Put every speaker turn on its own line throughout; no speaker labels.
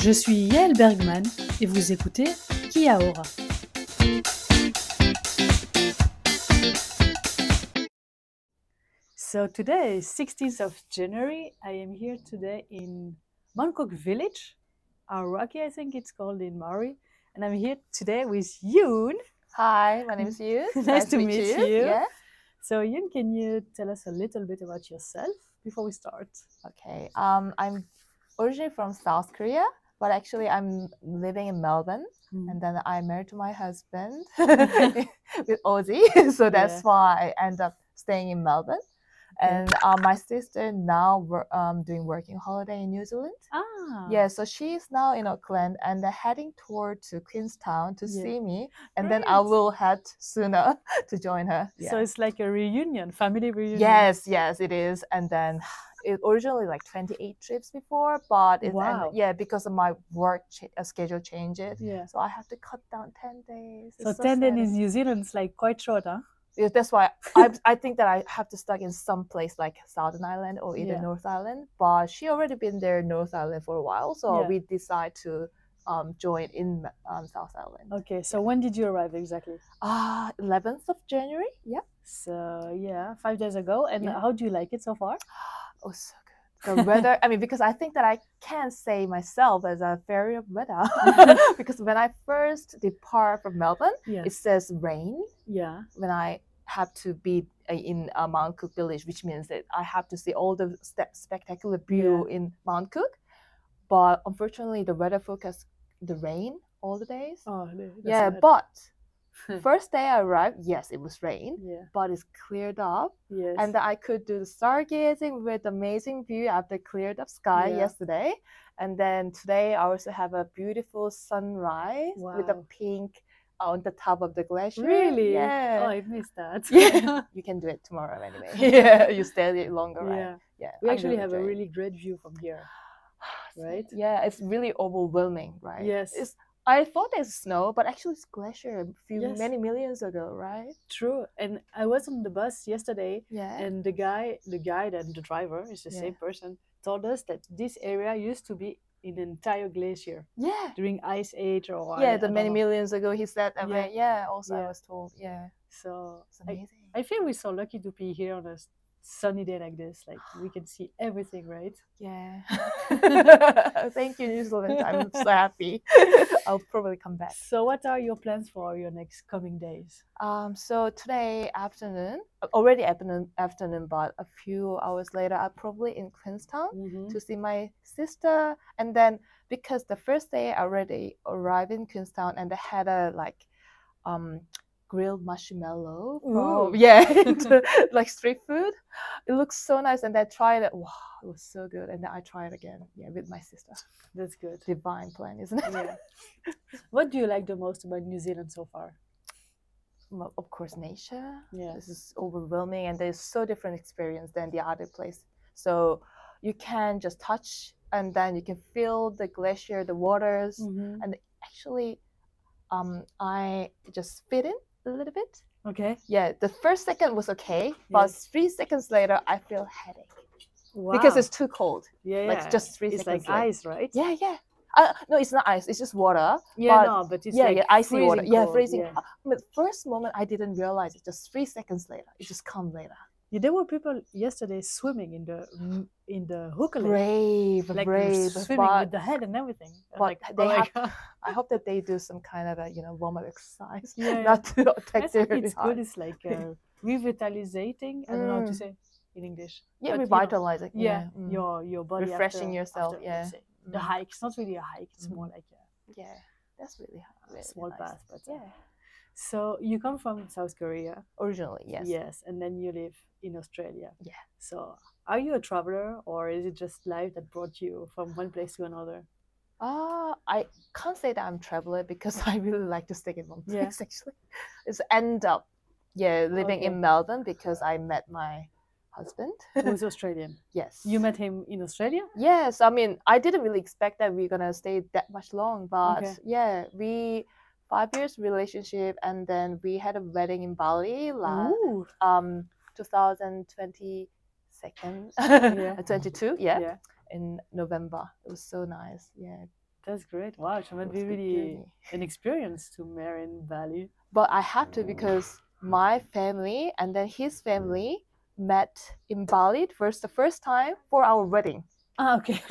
Je suis Yael Bergman et vous écoutez Kia Ora. So today is 16th of January. I am here today in Bangkok village, Araki I think it's called in Maori, and I'm here today with Yoon.
Hi, my name is Yu.
Nice to meet you.
Yeah.
So Yoon, can you tell us a little bit about yourself before we start?
Okay. Um, I'm originally from South Korea, but actually I'm living in Melbourne,
Mm.
and then I'm married to my husband with Aussie, so that's
Yeah.
why I end up staying in Melbourne.
Okay.
And uh, my sister now wor- um, doing working holiday in New Zealand.
Ah,
Yeah, so she's now in Auckland and they're heading toward to Queenstown to
Yeah.
see me, and then I
Great.
will head sooner to join her. Yeah.
So it's like a reunion, family reunion.
Yes, yes, it is. And then it originally like 28 trips before, but it's,
Wow.
and, yeah, because of my work ch- uh, schedule changes.
Yeah.
So I have to cut down 10 days.
So
It's
ten days
sad.
in New Zealand is like quite short, huh?
Yeah, That's why I, I think that I have to stuck in some place like Southern Island or either
Yeah.
North Island. But she already been there North Island for a while, so
Yeah.
we decide to um, join in um, South Island.
Okay, so when did you arrive exactly?
Ah, 11th of January. Yeah.
So yeah, five days ago. And
Yeah.
how do you like it so far?
Oh, so good. The weather, I mean, because I think that I can say myself as a fairy of weather. because when I first depart from Melbourne,
Yeah.
it says rain
yeah.
when I have to be uh, in uh, Mount Cook village, which means that I have to see all the st- spectacular view in Mount Cook. But unfortunately, the weather forecast the rain all the days.
Oh, no, that's
yeah,
bad.
but first day I arrived, yes, it was rain,
yeah.
but it's cleared up
Yes.
and I could do the stargazing with amazing view after cleared up sky
Yeah.
yesterday. And then today I also have a beautiful sunrise with a
Wow.
pink on the top of the glacier.
really? Oh,
Yeah.
I missed that.
yeah. you can do it tomorrow anyway. Yeah, you stay it longer, right?
yeah.
Yeah.
We
I'm
actually
really
have a
enjoying it.
really great view from here. right?
Yeah, it's really overwhelming, right?
Yes.
It's, I thought there's snow, but actually it's glacier a few
Yes.
many millions ago, right?
True. And I was on the bus yesterday
Yeah.
and the guy the guide and the driver is the
Yeah.
same person told us that this area used to be an entire glacier
yeah.
during ice age or I-
Yeah,
I
the
don't
many
know.
millions ago he said that,
Yeah.
right? Yeah, also I
Yeah.
was told. Yeah.
so
It's
I,
amazing.
I feel we're so lucky to be here on a s- sunny day like this like we can see everything right
yeah. Uh, Thank you, New Zealand. I'm so happy. I'll probably come back.
so what are your plans for your next coming days
Um, so today afternoon, uh, already afternoon, afternoon, but a few hours later, I'm probably in Queenstown to see my sister. And then because the first day I already arrived in Queenstown and they had a like um grilled marshmallow
Ooh.
from, yeah into, like street food. It looks so nice and I tried it. Wow, it was so good. And then I tried again, yeah, with my sister.
that's good
Divine plan, isn't it?
yeah what do you like the most about new zealand so far
Well, Of course, nature. uh,
yeah
This is overwhelming and there's so different experience than the other place. So you can just touch and then you can feel the glacier, the waters,
Mhm.
actually um I just fit in a little bit.
okay
Yeah, the first second was okay, but
Yes.
three seconds later I feel headache
wow.
because it's too cold.
yeah,
like
yeah.
just three
it's
seconds
like
later.
ice right
Yeah, yeah. Uh, no, it's not ice. It's just water.
yeah
but-
no but it's
yeah,
like
yeah, icy water.
freezing
Yeah,
cold,
freezing.
yeah.
Uh, but first moment I didn't realize it. Just three seconds later, it just come later.
Yeah, there were people yesterday swimming in the m- in the hooker lake,
Brave,
like
brave.
swimming
But
with the head and everything. I'm
but
like,
they
oh my
have-
God.
I hope that they do some kind of a you know warm up exercise,
Yeah, yeah.
not to
I
attack their
think it's
heart.
good. It's like uh, revitalizing. I don't know how to
Mm.
say in English.
Yeah,
but, you know,
revitalizing.
Yeah,
mm.
your your body
Refreshing
after-
yourself,
after,
yeah.
let's say, the
Mm.
hike. It's not really a hike. It's
Mhm.
more like a
Yeah, that's really hard.
small path. But uh,
Yeah,
So you come from South Korea,
originally, yes.
and then you live in Australia.
Yeah.
So are you a traveler, or is it just life that brought you from one place to another?
Uh, I can't say that I'm traveler because I really like to stick in one
Yeah.
place. Actually, it's end up, yeah, living
Okay.
in Melbourne because I met my husband.
Who's Australian?
yes,
You met him in Australia?
Yes, I mean, I didn't really expect that we're gonna stay that much long, but
Okay.
yeah, we five years relationship, and then we had a wedding in Bali last
Ooh.
um 2022,
Yeah.
22, uh, yeah,
Yeah.
in November. It was so nice. Yeah,
That's great. Wow, it
It
must
was
be
good
really
journey.
an experience to marry in Bali.
But I have to because my family and then his family met in Bali first the first time for our wedding.
Ah, okay.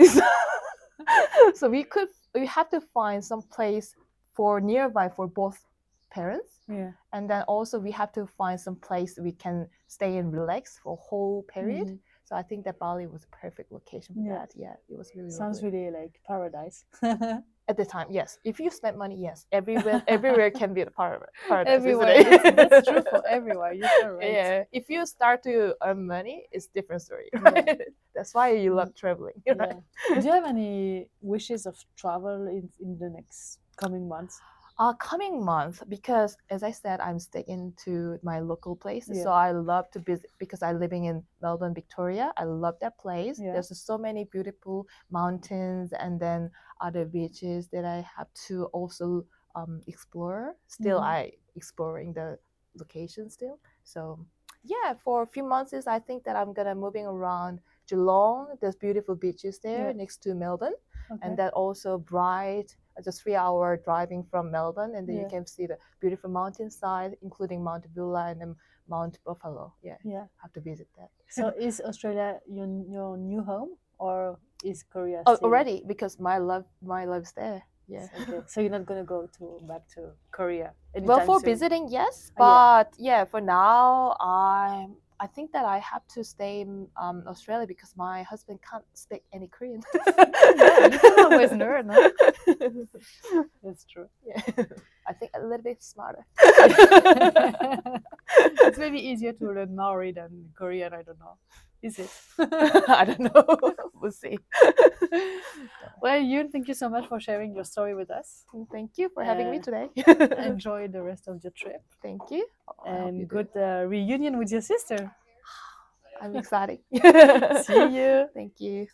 so we could we have to find some place for nearby for both parents
yeah.
and then also we have to find some place we can stay and relax for whole period.
Mhm.
So I think that Bali was a perfect location for
Yeah.
that. Yeah, it was really
Sounds
lovely.
really like paradise.
at the time. Yes, if you spend money, yes, everywhere everywhere can be a par- paradise. isn't
everywhere.
it?
That's, that's true for everywhere. You're so right.
Yeah, if you start to earn money, it's different story.
Yeah.
Right? That's why you love traveling. right?
Yeah. Do you have any wishes of travel in, in the next coming months?
Uh, coming month, because as I said, I'm sticking to my local place.
Yeah.
So I love to visit because I'm living in Melbourne, Victoria. I love that place.
Yeah.
There's so many beautiful mountains and then other beaches that I have to also um, explore. Still,
Mhm.
I exploring the location still. So yeah, for a few months, is I think that I'm gonna moving around Geelong. There's beautiful beaches there
Yeah.
next to Melbourne
Okay.
and then also bright it's a three hour driving from melbourne and then
Yeah.
you can see the beautiful mountainside including mount villa and then mount buffalo yeah
yeah.
have to visit that
So is Australia your your new home or is Korea?
oh,
still-
already because my love my love is there yeah
Okay. So you're not gonna go to back to Korea.
well
anytime
for
soon?
visiting yes
Ah,
but yeah. for now i'm I think that I have to stay in um, Australia because my husband can't speak any Korean.
yeah, you can always learn, huh? That's true.
Yeah. I think a little bit smarter.
it's maybe easier to learn Maori than Korean. I don't know. Is it?
I don't know. we'll see.
Well, Yoon, thank you so much for sharing your story with us.
Thank you for having me
Uh,
today.
Enjoy the rest of your trip
Thank you. Oh, I hope you
and
do.
good uh, reunion with your sister.
I'm excited.
See you.
Thank you.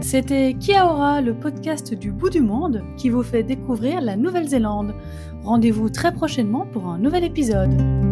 C'était Kia Ora, le podcast du bout du monde qui vous fait découvrir la Nouvelle-Zélande. Rendez-vous très prochainement pour un nouvel épisode.